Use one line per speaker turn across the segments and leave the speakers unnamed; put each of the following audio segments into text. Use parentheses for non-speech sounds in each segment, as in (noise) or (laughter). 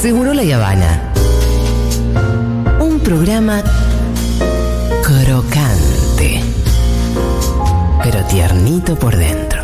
Seguro la Habana. Un programa crocante, pero tiernito por dentro.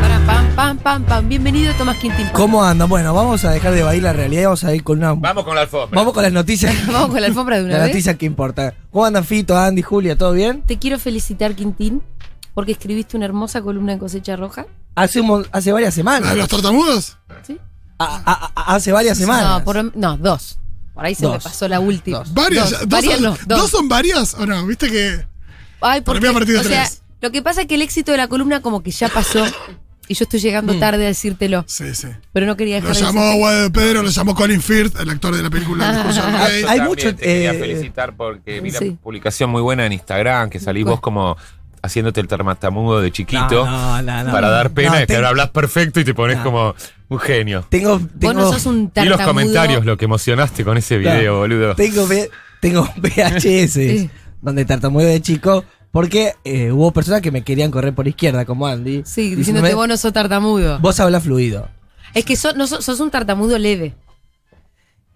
Para, pam, pam, pam, pam. Bienvenido, Tomás Quintín.
¿Cómo andan? Bueno, vamos a dejar de evadir la realidad y vamos a ir con una.
Vamos con la alfombra.
Vamos con las noticias.
(laughs) Vamos con la alfombra de una
las
vez.
noticias que importan. ¿Cómo andan Fito, Andy, Julia? ¿Todo bien?
Te quiero felicitar, Quintín, porque escribiste una hermosa columna en Cosecha Roja.
Hace, un mon- hace varias
¿La de
semanas.
los tartamudos?
¿Sí?
A- a- a- hace varias semanas.
No, por- no, dos. Por ahí se
Dos.
me pasó la última.
Dos.
Varias.
Dos,
¿Dos,
varias
son,
no, dos.
dos son varias o no? ¿Viste que.?
Ay, porque,
Para mí ha partido
o sea,
tres.
lo que pasa es que el éxito de la columna como que ya pasó y yo estoy llegando tarde a decírtelo,
Sí, sí.
pero no quería
Lo
dejar de
llamó
decirte.
Guado de Pedro, lo llamó Colin Firth, el actor de la
(laughs)
película El discurso del
Ah,
rey.
yo
hay
también
mucho,
Te quería
eh,
felicitar porque vi
sí.
la publicación muy buena en Instagram que salís vos como haciéndote el tarmatamudo de chiquito
No, no, no, no.
para dar pena.
No,
es que
ten-
ahora hablas perfecto y te pones
No.
como un genio.
Tengo.
Vos no
tengo-
sos un
Y
tartamudo.
los comentarios, lo que emocionaste con ese
Claro.
video, boludo.
Tengo, V-
(laughs)
tengo VHS,
Sí.
donde tartamudeo de chico, porque eh, hubo personas que me querían correr por izquierda, como Andy.
Sí,
diciéndome,
diciéndote vos no sos tartamudo.
Vos hablas fluido.
Es que sos, no sos, sos un tartamudo leve.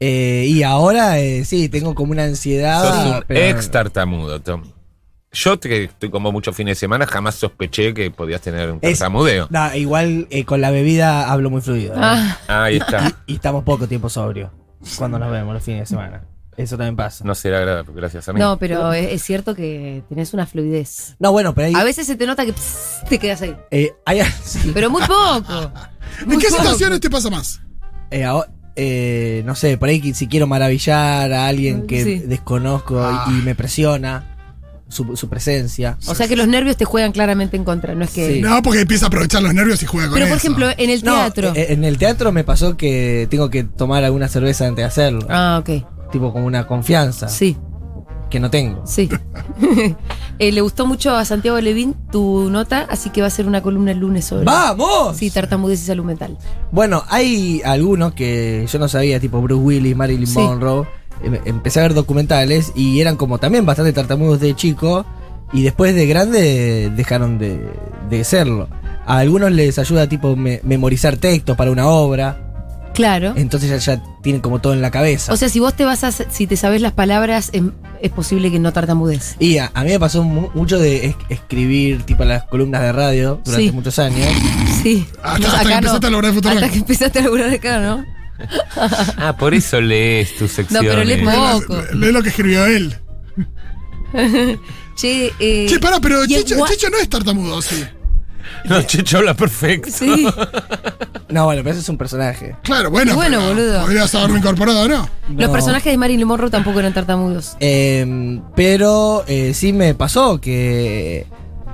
Eh, y ahora eh, sí, tengo como una ansiedad.
Sos un
pero-
ex tartamudo, Tommy. Yo que estoy como muchos fines de semana, jamás sospeché que podías tener un
Es-
tartamudeo.
No, igual eh, con la bebida hablo muy fluido. ¿eh?
Ah,
(laughs)
Ahí está.
Y estamos poco tiempo sobrio cuando nos vemos los fines de semana. Eso también pasa. No,
No será grave, gracias a mí.
no, pero es, es cierto que tenés una fluidez.
bueno, pero hay.
A veces se te nota que pss, te quedas ahí.
eh, hay- (laughs) sí,
Pero muy
(laughs)
poco.
¿En
Muy
qué
poco.
situaciones te pasa más?
eh, aho- eh, no sé, por ahí que si quiero maravillar a alguien que
Sí.
desconozco y-
Ah.
y, me presiona su, su presencia.
O sea que los nervios te juegan claramente en contra, no es que.
Sí.
No, porque empieza a aprovechar los nervios y juega con
Pero por
eso.
ejemplo, en el
No,
teatro.
eh, en el teatro me pasó que tengo que tomar alguna cerveza antes de hacerlo.
ah, ok.
Tipo con una confianza
Sí,
que no tengo.
sí. (laughs) Eh, le gustó mucho a Santiago Levín tu nota, así que va a ser una columna el lunes sobre.
¡Vamos!
Sí, tartamudez y salud mental.
Bueno, hay algunos que yo no sabía, tipo Bruce Willis, Marilyn
Sí.
Monroe. Em- Empecé a ver documentales y eran como también bastante tartamudos de chico. Y después de grande dejaron de, de serlo. A algunos les ayuda tipo me- memorizar textos para una obra.
Claro.
Entonces ya, ya tienen como todo en la cabeza.
O sea, si vos te vas a. Si te sabes las palabras, em- es posible que no tartamudes.
y a, a mí me pasó mu- mucho de es- escribir tipo las columnas de radio durante
Sí.
muchos años.
Sí.
Hasta-
No,
hasta
acá
que
no.
empezaste a laburar de fotógrafo.
Hasta que empezaste a laburar acá, ¿no?
Ah, por eso lees tus
No,
secciones.
pero lees poco.
Lee- Lee lo que escribió él.
Che, eh.
Che, pará, pero
y el
Chicho,
gua-
Chicho no es tartamudo, sí.
No, Chicho habla perfecto.
(laughs)
Sí.
No, bueno, pero eso es un personaje.
Claro, bueno.
Bueno,
pero
boludo.
Podrías haberlo incorporado, ¿no?
Los
No.
personajes de Marilyn Monroe tampoco eran tartamudos.
Em, pero eh, sí me pasó que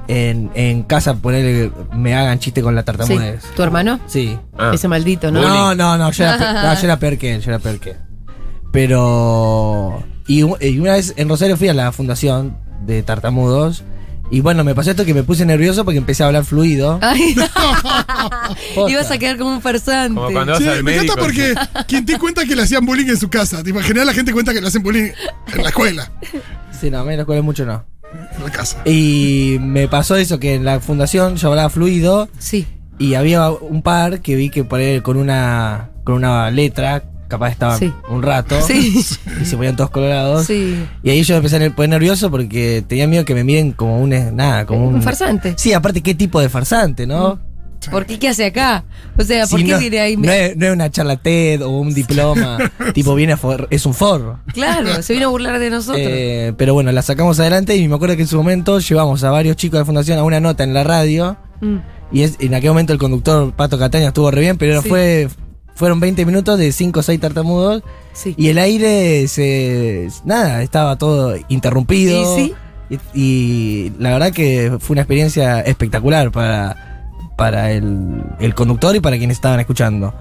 en, en casa ponerle, me hagan chiste con la
Sí.
tartamudez.
¿Tu hermano?
Sí.
Ah.
Ese maldito, ¿no?
Bullying.
No, no, no, yo era, pe- no, yo era peor que él, yo era peor que él. Pero. Y, u- y una vez en Rosario fui a la fundación de tartamudos. Y bueno, me pasó esto que me puse nervioso porque empecé a hablar
(laughs)
fluido. (laughs)
Ay,
Posta.
ibas a quedar como un farsante.
Como cuando vas
Sí,
al
me
médico.
encanta porque quien te cuenta que le hacían bullying en su casa. Tipo, en general la gente cuenta que le hacen bullying en la escuela,
Sí, no, menos cuál mucho no.
en la casa.
Y me pasó eso que en la fundación yo hablaba fluido.
Sí.
Y había un par que vi que por ahí con una con una letra, capaz estaban
Sí.
un rato
Sí.
y se ponían todos colorados.
Sí.
Y ahí yo me empecé a ne- poner nervioso porque tenía miedo que me miren como un eh, nada, como
Un
un,
farsante.
Sí, aparte qué tipo de farsante, ¿no?
¿Por qué qué hace acá? O sea, ¿por
Si
qué
no,
viene ahí?
no es, no es una charla TED o
(laughs)
un diploma, tipo viene a for- es un forro.
Claro, se vino a burlar de nosotros.
Eh, pero bueno, la sacamos adelante y me acuerdo que en su momento llevamos a varios chicos de la fundación a una nota en la radio.
Mm.
Y es- en aquel momento el conductor Pato Cataño estuvo re bien, pero no
Sí.
fue, fueron 20 minutos de 5 o 6 tartamudos
Sí.
y el aire se. Nada, estaba todo interrumpido.
Sí,
Y, y la verdad que fue una experiencia espectacular para, para el, el conductor y para quienes estaban escuchando.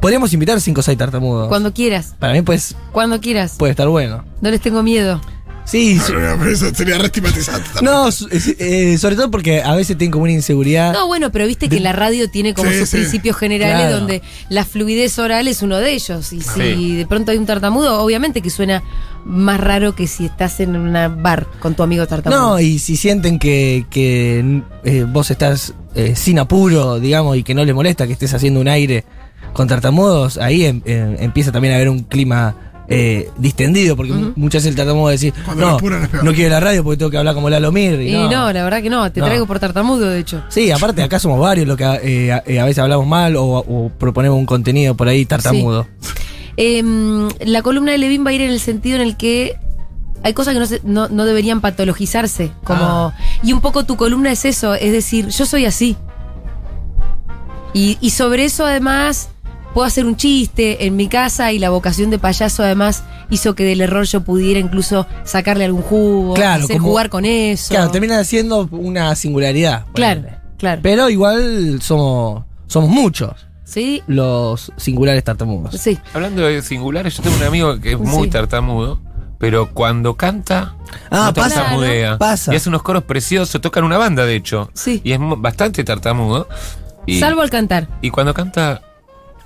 Podríamos invitar 5 o 6 tartamudos.
Cuando quieras.
Para mí, pues,
Cuando quieras.
puede estar bueno.
No les tengo miedo.
Sí, so-
Pero Eso sería re estigmatizante también.
no, so- es- eh, sobre todo porque a veces tienen como una inseguridad.
No, bueno, pero viste que la radio tiene como
Sí,
sus
sí.
principios generales
Claro.
donde la fluidez oral es uno de ellos. Y si
Sí.
de pronto hay un tartamudo, obviamente que suena más raro que si estás en una bar con tu amigo tartamudo.
No, y si sienten que, que, eh, vos estás eh, sin apuro, digamos, y que no les molesta que estés haciendo un aire con tartamudos, ahí em- em- empieza también a haber un clima eh, distendido, porque mu- muchas veces el tartamudo va a decir,
Cuando lo
no,
apuran es peor".
no quiero la radio porque tengo que hablar como Lalo Mir.
y no. la verdad que no, te
No.
traigo por tartamudo, de hecho.
Sí, aparte acá somos varios los que eh, a, eh, a veces hablamos mal o, o proponemos un contenido por ahí tartamudo.
Eh, la columna de Levin va a ir en el sentido en el que hay cosas que no, se- no, no deberían patologizarse. Como,
Ah.
Y un poco tu columna es eso, es decir, yo soy así. Y, y sobre eso además puedo hacer un chiste en mi casa y la vocación de payaso además hizo que del error yo pudiera incluso sacarle algún jugo,
Claro,
hacer
como-
jugar con eso.
Claro, termina siendo una singularidad.
claro.
ponele.
claro.
Pero igual somos, somos muchos
Sí,
los singulares tartamudos.
sí.
Hablando de singulares, yo tengo un amigo que es muy
Sí.
tartamudo, pero cuando canta,
Ah,
no
pasa,
tartamudea.
¿no? Pasa.
Y hace unos coros preciosos, toca en una banda, de hecho.
Sí.
Y es mu- bastante tartamudo. Y,
Salvo al cantar.
y cuando canta,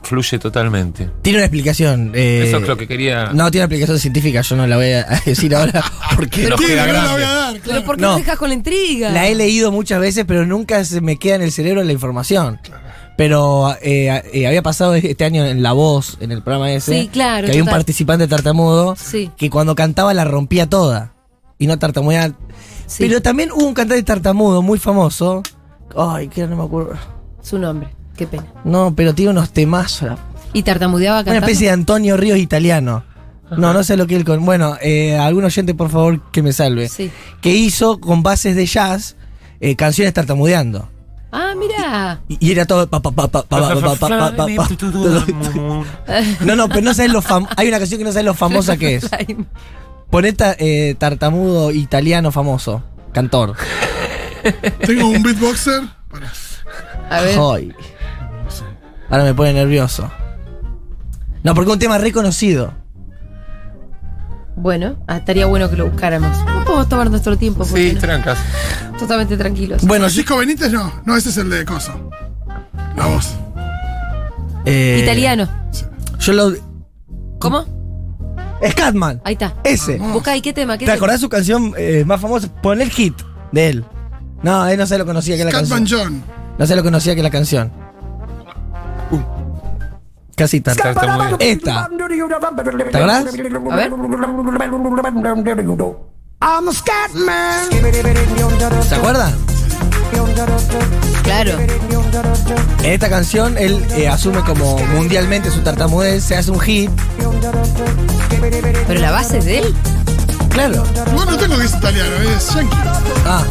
fluye totalmente.
Tiene una explicación. eh,
Eso es lo que quería.
No, tiene una explicación científica, yo no la voy a (laughs) decir ahora (laughs) porque
Nos
Tiene,
queda
no la voy
grande.
a dar,
Pero
claro.
¿por qué
No.
nos dejas con la intriga?
la E he leído muchas veces, pero nunca se me queda en el cerebro la información. Pero eh, eh, había pasado este año en La Voz, en el programa ese,
Sí, claro,
que había un
total.
participante tartamudo
Sí.
que cuando cantaba la rompía toda y no tartamudeaba.
Sí.
Pero también hubo un cantante tartamudo muy famoso. Ay, que no me acuerdo.
Su nombre, qué pena.
No, pero tiene unos temazos. la
Y tartamudeaba
Una
cantando.
especie de Antonio Ríos italiano. No, no sé lo que él con. Bueno, eh, algún oyente, por favor, que me salve.
Sí.
Que hizo con bases de jazz eh, canciones tartamudeando.
Ah, mira.
Y, y era todo. pa, pa, pa, pa, pa, pa, pa, pa, pa, pa, pa, todo-
(laughs)
No, no, pero no sabes lo fam- Hay una canción que no sabes lo famosa
(laughs)
que es. Ponete eh, tartamudo italiano famoso. Cantor.
Tengo un beatboxer. Pará.
A ver.
Ay. Ahora me pone nervioso. No, porque es un tema reconocido.
Bueno, ah, estaría bueno que lo buscáramos. No podemos tomar nuestro tiempo porque
Sí,
(laughs)
trancas.
no- totalmente tranquilos.
Bueno, yo.
Francisco Benítez no. No, ese es el de Coso. La voz.
eh,
Italiano.
Yo lo.
¿Cómo?
Scatman.
Ahí está.
Ese.
Busca ahí qué tema, qué
¿Te
tema?
acordás su canción eh, más famosa? Pon el hit de él. No, él no se lo conocía que la
Catman
canción.
John.
No se lo conocía que la canción. Uh. Casi tarta.
Tartamudea.
Esta.
¿Te
acordás?
A ver.
I'm a scat man.
¿Se acuerdan?
Claro.
En esta canción él eh, asume como mundialmente su tartamudez, se hace un hit.
Pero la base es de él.
Claro.
No, no tengo que es italiano, es yankee.
Ah.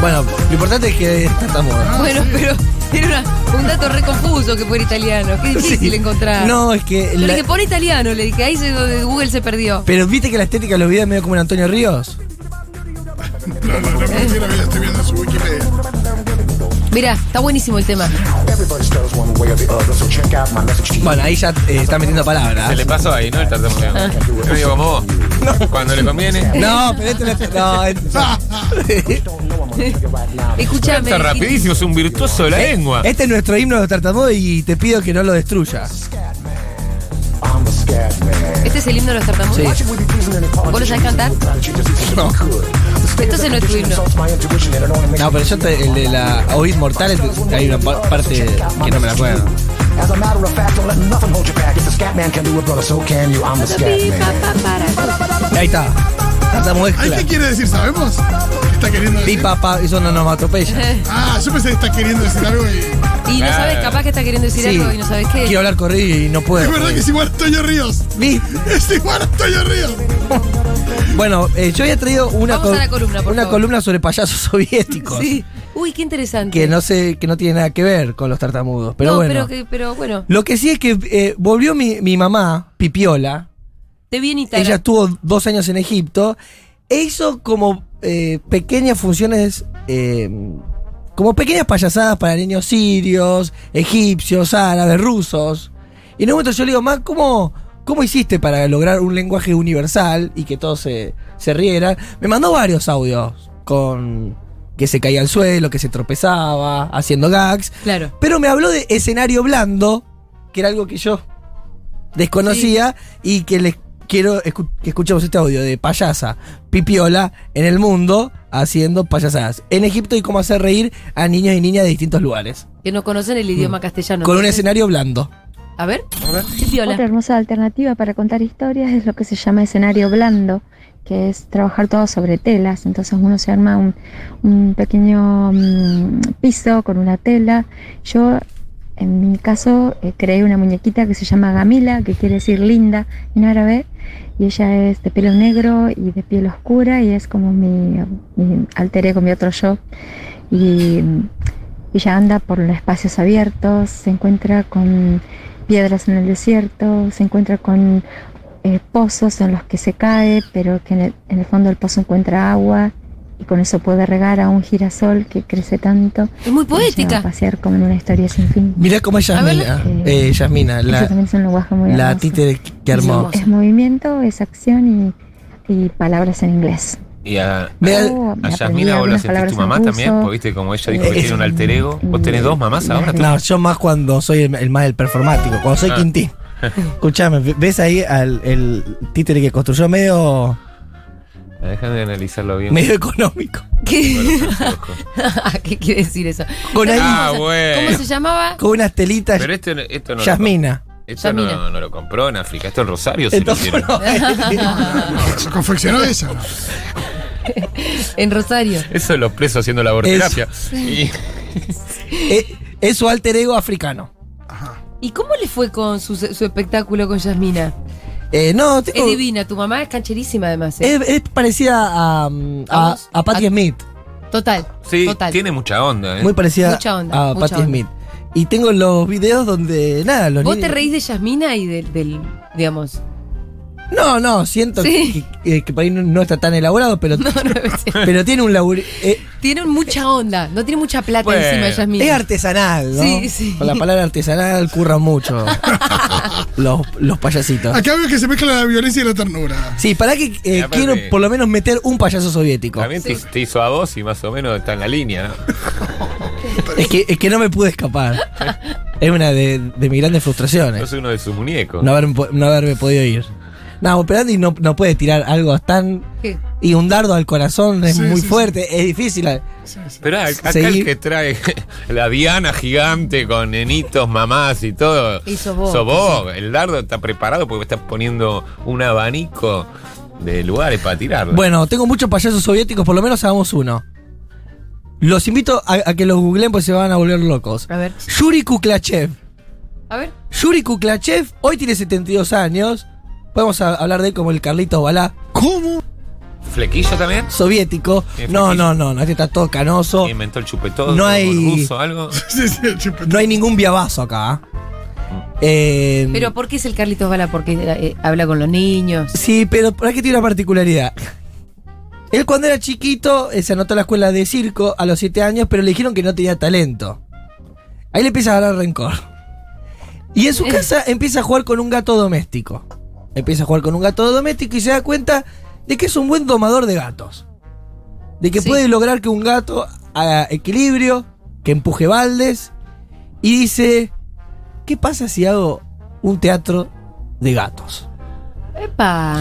Bueno, lo importante es que es tartamudo.
bueno, pero tiene una- un dato re confuso que fuera italiano. Qué difícil
Sí.
encontrar.
No, es que.
Yo
la-
le dije, pon italiano, le dije, ahí se donde Google se perdió.
Pero viste que la estética de los videos es medio como en Antonio Ríos.
No, no, no, no, mentira, mira, estoy viendo su Wikipedia.
Mirá, está buenísimo el tema.
Everybody stutters one way or the other, so check out my message to you.
Bueno, ahí ya eh, está metiendo palabras.
Se le pasó ahí, ¿no? El tartamudeo. Yo digo como vos. Cuando le conviene.
Ah. No, pero este no- no,
Ah,
este-
Don't know I'm gonna tell you right now.
Escuchame.
Ah,
este
Está rapidísimo, es un virtuoso de la lengua.
Este es nuestro himno de los tartamudos y te pido que no lo destruyas.
I'm a scat man.
Este es el himno de los tartamudos.
Sí.
Should we be pleasing any politician?
¿Vos lo sabés cantar?
She just isn't good. The state
Esto es
of
nuestro
condition
himno.
insults my intuition and it only makes
No, pero yo te- el de la oíd mortal el- hay una pa- parte que no me la acuerdo.
As a matter of fact, don't let nothing hold you back. If the scat man can do it, brother, so can you. I'm the scat man.
Ahí está. Tartamudez
¿Ahí qué
clara.
quiere decir? ¿Sabemos? ¿Qué está queriendo
Pi,
decir?
pa, pa, eso no nos
(laughs)
atropella.
Ah, yo pensé que está queriendo decir algo y. Es
Y no sabes, capaz que está queriendo decir algo y no sabes qué.
Quiero hablar corrido y no puedo.
verdad que es igual a Toño Ríos.
Vi-
Es igual a Toño Ríos.
Bueno, eh, yo había traído una,
Vamos a la
col-
columna, por
una
favor.
columna sobre payasos (laughs) soviéticos.
Sí. Uy, qué interesante.
Que no sé, que no tiene nada que ver con los tartamudos. Pero
No,
bueno.
pero, que- pero bueno,
Lo que sí es que eh, volvió mi, mi mamá, Pipiola,
te vi en Italia.
Ella estuvo dos años en Egipto e hizo como eh, pequeñas funciones, eh, como pequeñas payasadas para niños sirios, egipcios, árabes, rusos. Y en un momento yo le digo, más ¿cómo, ¿Cómo hiciste para lograr un lenguaje universal y que todos se, se rieran? Me mandó varios audios con que se caía al suelo, que se tropezaba, haciendo gags.
Claro.
Pero me habló de escenario blando, que era algo que yo desconocía y que les quiero escu- que escuchemos este audio de payasa pipiola en el mundo haciendo payasadas en Egipto y cómo hacer reír a niños y niñas de distintos lugares.
Que no conocen el idioma castellano.
Mm. Con un
Entonces,
escenario blando.
A ver. Sí, piola.
Otra hermosa alternativa para contar historias es lo que se llama escenario blando, que es trabajar todo sobre telas. Entonces uno se arma un, un pequeño mm, piso con una tela. Yo, en mi caso, eh, creé una muñequita que se llama Gamila, que quiere decir linda en árabe. Y ella es de pelo negro y de piel oscura y es como mi, mi alter ego, mi otro yo. Y mm, ella anda por los espacios abiertos, se encuentra con piedras en el desierto, se encuentra con eh, pozos en los que se cae, pero que en el, en el fondo del pozo encuentra agua y con eso puede regar a un girasol que crece tanto.
Es muy
que la lleva a
poética.
pasear como en una historia sin fin.
Mirá cómo es
A ver,
Yasmina,
eh,
eh, Yasmina,
eso
la,
también es un lenguaje muy
la
hermoso.
títere que armó.
hermoso.
Es movimiento, es acción y, y palabras en inglés.
Y a,
Me-
Oh, me
a
aprendí
Yasmina vos la sentís
algunas
tu
palabras en
mamá también,
ruso.
porque viste como ella dijo que
Eh,
tiene un alter ego. ¿Vos tenés dos mamás ahora?
No.
No, yo más cuando soy el, el más el performático, cuando soy
Ah.
Quintín. Escuchame, ¿ves ahí al el títere que construyó medio,
Deja de analizarlo bien.
medio económico?
¿Qué?
Bueno, tampoco.
(laughs) ¿Qué quiere decir eso?
Con, ahí-
Ah,
¿Cómo
bueno.
se llamaba?
con unas telitas
Pero esto, esto no, lo-
Yasmina.
esto
Yasmina.
no, no lo compró en África, esto en Rosario se lo
Entonces,
hicieron.
(laughs)
no,
¿Se confeccionó ella?
En Rosario.
Eso es los presos haciendo laborterapia. Y-
es, es su alter ego africano.
¿Y cómo le fue con su, su espectáculo con Yasmina?
Eh, no,
Es
tengo-
divina, tu mamá es cancherísima además. ¿eh?
es, es parecida a, um, a,
¿A vos?
a Patti
A-
Smith.
Total.
sí,
total.
tiene mucha onda. ¿eh?
Muy parecida
Mucha onda,
a
mucha
Patti
onda.
Smith. Y tengo los videos donde, nada, los
¿Vos
niños-
te reís de Yasmina y del, del digamos?
No, no, siento
Sí.
que, eh, que- que por ahí no, no está tan elaborado,
(laughs)
pero, pero tiene un laburo. eh,
Tiene mucha onda, no tiene mucha plata
Bueno,
encima Yasmina.
es artesanal, ¿no?
Sí, sí.
Con la palabra artesanal
(laughs)
curran mucho los, los payasitos.
Acá veo que se mezcla la violencia y la ternura. (laughs)
Sí, para que eh,
aparte-
quiero por lo menos meter un payaso soviético.
También te, te hizo a vos y más o menos está en la línea, ¿no?
Es que, es que no me pude escapar. Es una de, de mis grandes frustraciones.
Yo soy uno de sus muñecos.
no, haberme, po- no haberme podido ir. No, pero Andy no, no puede tirar algo tan.
¿Qué?
Y un dardo al corazón es
Sí,
muy
sí, sí.
fuerte, es difícil.
Pero a- acá
Seguí.
el que trae (laughs) la diana gigante con nenitos, mamás y todo.
Y sos vos.
vos. El dardo está preparado porque estás poniendo un abanico de lugares para tirarlo.
Bueno, tengo muchos payasos soviéticos, por lo menos hagamos uno. Los invito a, a que los googleen porque se van a volver locos.
A ver,
Yuri Kuklachev.
a ver.
Yuri Kuklachev hoy tiene 72 años. Podemos a- hablar de él como el Carlitos Balá
¿Cómo?
¿Flequillo también?
soviético.
Sí,
No,
flequillo.
no, no, no, este está todo canoso.
¿Inventó el chupetón?
No hay-
¿Un ruso algo?
Sí, sí, el chupetón.
No hay ningún viabazo acá. ¿ah? Eh,
Pero ¿por qué es el Carlitos Bala? Porque eh, habla con los niños.
Sí, pero por aquí tiene una particularidad. Él cuando era chiquito eh, se anotó a la escuela de circo a los 7 años, pero le dijeron que no tenía talento. Ahí le empieza a agarrar rencor. Y en su casa empieza a jugar con un gato doméstico. Empieza a jugar con un gato doméstico y se da cuenta de que es un buen domador de gatos. De que
Sí.
puede lograr que un gato haga equilibrio, que empuje baldes. Y dice, ¿qué pasa si hago un teatro de gatos?
¡Epa!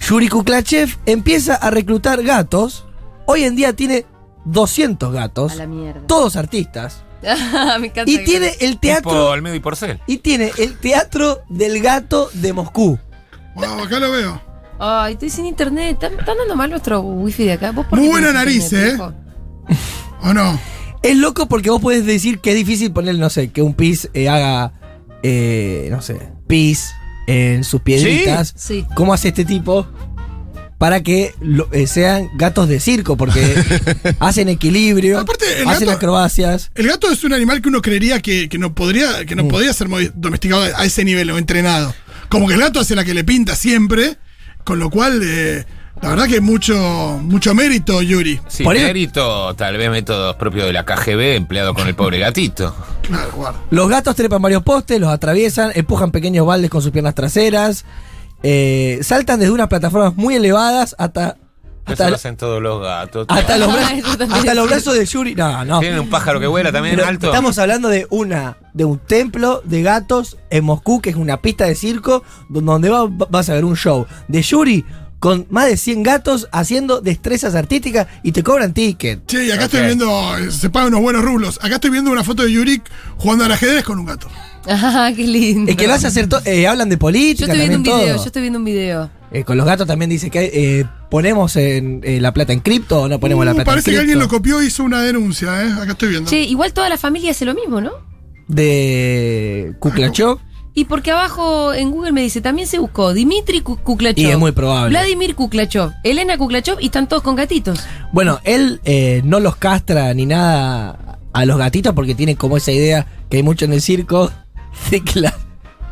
Yuri Kuklachev empieza a reclutar gatos. Hoy en día tiene 200
A
gatos,
la mierda.
todos artistas.
(laughs) Me encanta.
Y
que-
tiene el
Tipo
teatro
Olmedo y Porcel.
y tiene el teatro del gato de Moscú.
Wow, acá lo veo.
Ay, estoy sin internet. ¿Están, están dando mal nuestro wifi de acá. ¿Vos por
Muy
qué
buena
tenés
nariz,
internet,
¿eh?
viejo?
¿O no?
Es loco porque vos podés decir que es difícil poner, no sé, que un pis eh, haga, eh, no sé, pis en sus piedritas.
Sí. (laughs)
¿Cómo hace este tipo? Para que lo- eh, sean gatos de circo,
(laughs)
porque hacen equilibrio,
Aparte, el
hacen
gato-
acrobacias.
El gato es un animal que uno creería que, que no podría que no podría ser modi- domesticado a ese nivel o entrenado. Como que el gato hace la que le pinta siempre, con lo cual eh, La verdad que mucho, mucho mérito, Yuri.
Sí,
Por eso-
mérito, tal vez métodos propios de la KGB empleado con el pobre gatito.
Claro, guarda.
Los gatos trepan varios postes, los atraviesan, empujan pequeños baldes con sus piernas traseras, eh, saltan desde unas plataformas muy elevadas hasta,
Eso
hasta,
lo hacen todos los gatos.
hasta los,
(laughs)
bra-
Eso también
hasta
es
los
cierto.
brazos de Yuri. No, no.
Tienen un pájaro que vuela también
Pero
alto.
Estamos hablando de una, de un templo de gatos en Moscú, que es una pista de circo do- donde va- va- vas a ver un show de Yuri con más de 100 gatos haciendo destrezas artísticas y te cobran ticket.
Che, y acá
Ok.
estoy viendo, eh, se pagan unos buenos rublos. Acá estoy viendo una foto de Yuri jugando al ajedrez con un gato.
Ah, qué lindo.
Es que vas a hacer to- eh, hablan de
Yo
política,
estoy viendo un
también
video,
todo.
yo estoy viendo un video.
Eh, con los gatos también dice que eh, ponemos en, eh, la plata en cripto o no ponemos la
Uh,
plata
parece
en
que alguien
cripto.
lo copió e hizo una denuncia, ¿eh? Acá estoy viendo.
Che, igual toda la familia hace lo mismo, ¿no?
de Kuklachov
Y porque abajo en Google me dice, también se buscó Dimitri Ku- Kuklachov.
y es muy probable.
Vladimir Kuklachov, Elena Kuklachov y están todos con gatitos.
Bueno, él eh, no los castra ni nada a los gatitos porque tienen como esa idea que hay mucho en el circo (laughs) de que la-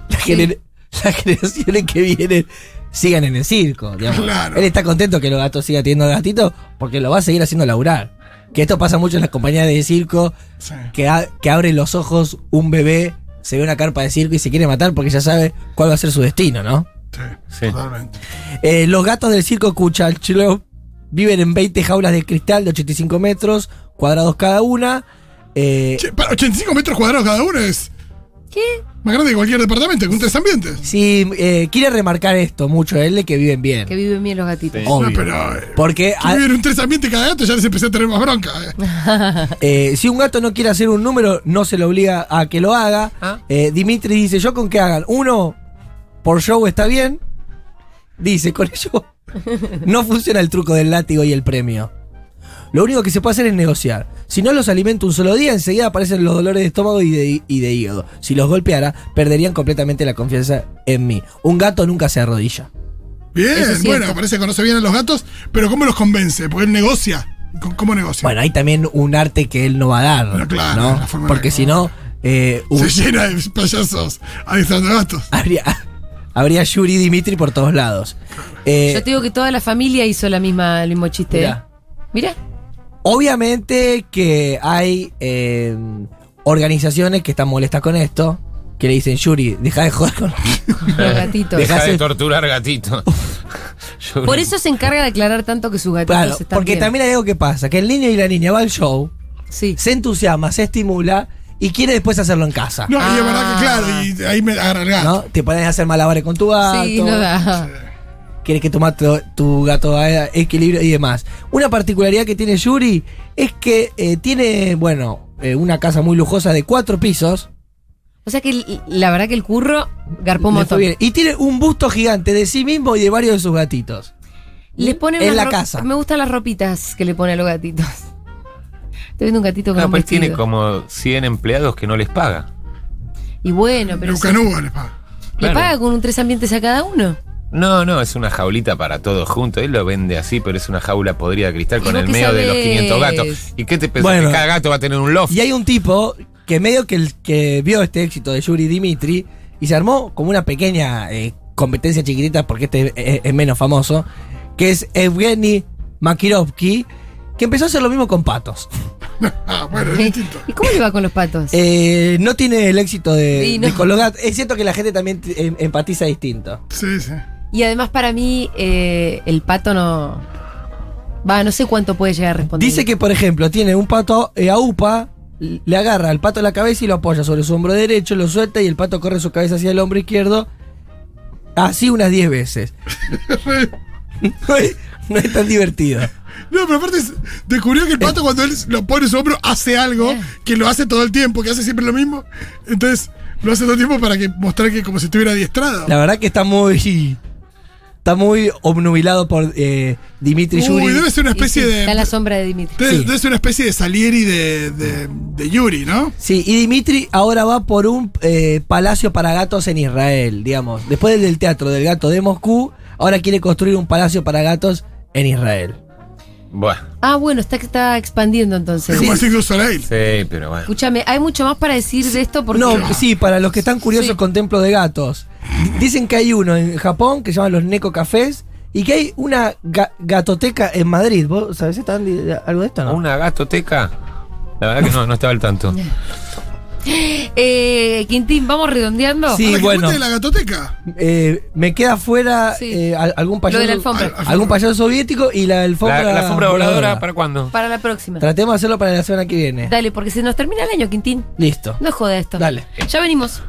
la gener- las generaciones que vienen sigan en el circo. digamos.
Claro.
Él está contento que los gatos sigan teniendo gatitos porque lo va a seguir haciendo laburar. Que esto pasa mucho en las compañías de circo
Sí.
que, a- que abre los ojos un bebé, se ve una carpa de circo y se quiere matar porque ya sabe cuál va a ser su destino, ¿no?
Sí,
Sí.
totalmente.
Eh, los gatos del circo Cuchachlo viven en 20 jaulas de cristal de 85 metros cuadrados cada una. Eh,
Che, para 85 metros cuadrados cada uno es
¿Qué?
más grande que cualquier departamento, con tres ambientes.
sí, eh, quiere remarcar esto mucho él de que viven bien.
Que viven bien los gatitos.
Obvio.
No, pero. eh,
Porque
que
a-
viven un tres ambientes cada gato ya les empecé a tener más bronca. eh.
eh, si un gato no quiere hacer un número, no se lo obliga a que lo haga.
Ah.
Eh, Dimitri dice, yo con que hagan uno por show está bien. Dice, con ello (laughs) no funciona el truco del látigo y el premio. Lo único que se puede hacer es negociar. Si no los alimenta un solo día, enseguida aparecen los dolores de estómago y de, y de hígado. Si los golpeara, perderían completamente la confianza en mí. Un gato nunca se arrodilla.
Eso
Bien,
es
bueno,
cierto.
parece que conoce bien a los gatos, pero ¿cómo los convence? Porque él negocia. ¿Cómo- ¿Cómo negocia?
Bueno, hay también un arte que él no va a dar,
Bueno, claro,
¿no?
la forma
Porque
de-
si no, eh,
Se
un-
llena de payasos adiestrando gatos.
(laughs) habría, habría Yuri y Dimitri por todos lados. Eh,
Yo te digo que toda la familia hizo la misma, el mismo chiste. ¿eh?
Mirá.
Mirá.
(laughs) Obviamente que hay eh, organizaciones que están molestas con esto, que le dicen, Yuri, deja de joder con...
los gatitos.
Deja
Dejase-
de torturar gatito. (laughs) Yo-
Por eso se encarga de aclarar tanto que sus gatitos
(laughs) Claro,
están
porque
bien.
también hay algo que pasa, que el niño y la niña va al show,
Sí.
se entusiasma, se estimula y quiere después hacerlo en casa.
No, y
Ah.
es verdad que claro, y ahí me agarra el gato.
Ah. ¿no? Te pones a hacer malabares con tu gato,
Sí, no da.
quieres que toma tu, tu gato a equilibrio y demás. Una particularidad que tiene Yuri es que eh, tiene, bueno, eh, una casa muy lujosa de cuatro pisos.
O sea que l- la verdad que el curro garpó un
Le fue
montón.
bien. Y tiene un busto gigante de sí mismo y de varios de sus gatitos.
Les ponen
en
unas
la
ro-
casa.
Me gustan las ropitas que le ponen a los gatitos. Estoy viendo un gatito con
Ah,
un
pues tiene
vestido.
como 100 empleados que no les paga.
Y bueno, pero
Nunca
si-
nunca les paga.
le
Claro.
paga con un tres ambientes a cada uno.
No, no, es una jaulita para todos juntos. Él lo vende así, pero es una jaula podrida de cristal
¿Y
con
vos
el
qué
medio de los
sabés?
500 gatos. ¿Y qué te pensás?
Bueno.
Que cada gato va a tener un loft.
Y hay un tipo que medio que, el, que vio este éxito de Yuri Dimitri y se armó como una pequeña eh, competencia chiquitita porque este es, es- es menos famoso, que es Evgeny Makirovsky, que empezó a hacer lo mismo con patos.
Ah,
(laughs)
bueno, es distinto.
¿Y cómo le va con los patos?
Eh, no tiene el éxito de,
Sí, no.
de con los gatos. Es cierto que la gente también t- em- empatiza distinto.
Sí, sí. (laughs)
Y además para mí eh, el pato no... Va, no sé cuánto puede llegar a responder.
Dice que, por ejemplo, tiene un pato eh, a UPA, l- le agarra al pato la cabeza y lo apoya sobre su hombro derecho, lo suelta y el pato corre su cabeza hacia el hombro izquierdo. Así unas 10 veces. (laughs) no, es, no es tan divertido.
No, pero aparte es- descubrió que el
Eh.
pato cuando él lo pone en su hombro hace algo que lo hace todo el tiempo, que hace siempre lo mismo. Entonces lo hace todo el tiempo para que mostrar que como si estuviera adiestrado.
La verdad que está muy. Está muy obnubilado por eh, Dimitri Yuri.
Uy, debe ser una
Y
especie
sí,
de.
Está en la sombra de Dimitri.
debe,
Sí.
debe ser una especie de Salieri de, de, de Yuri, ¿no?
Sí, y Dimitri ahora va por un eh, palacio para gatos en Israel, digamos. Después del- del teatro del gato de Moscú, ahora quiere construir un palacio para gatos en Israel.
Bueno,
Ah, bueno, está, está expandiendo entonces.
Como así que Soleil.
sí, pero bueno.
Escúchame, hay mucho más para decir de esto porque... (laughs)
No, sí, para los que están curiosos
Sí.
con templos de gatos. Dicen que hay uno en Japón que se llama los Neko Cafés Y que hay una ga- gatoteca en Madrid. ¿Vos sabés esto, Andy, de- algo de esto, no?
¿Una gatoteca? La verdad que no, no estaba al tanto.
Eh, Quintín, ¿vamos redondeando?
Sí,
¿Para que
bueno.
cuente de la gatoteca?
Eh, me queda fuera
Sí.
eh, al- algún
Lo
payaso.
de la alfombra.
Al-
Algún payaso soviético y la alfombra.
¿La, la alfombra voladora para cuándo?
Para la próxima.
Tratemos de hacerlo para la semana que viene.
Dale, porque se nos termina el año, Quintín.
Listo.
No joda esto.
Dale.
Ya venimos.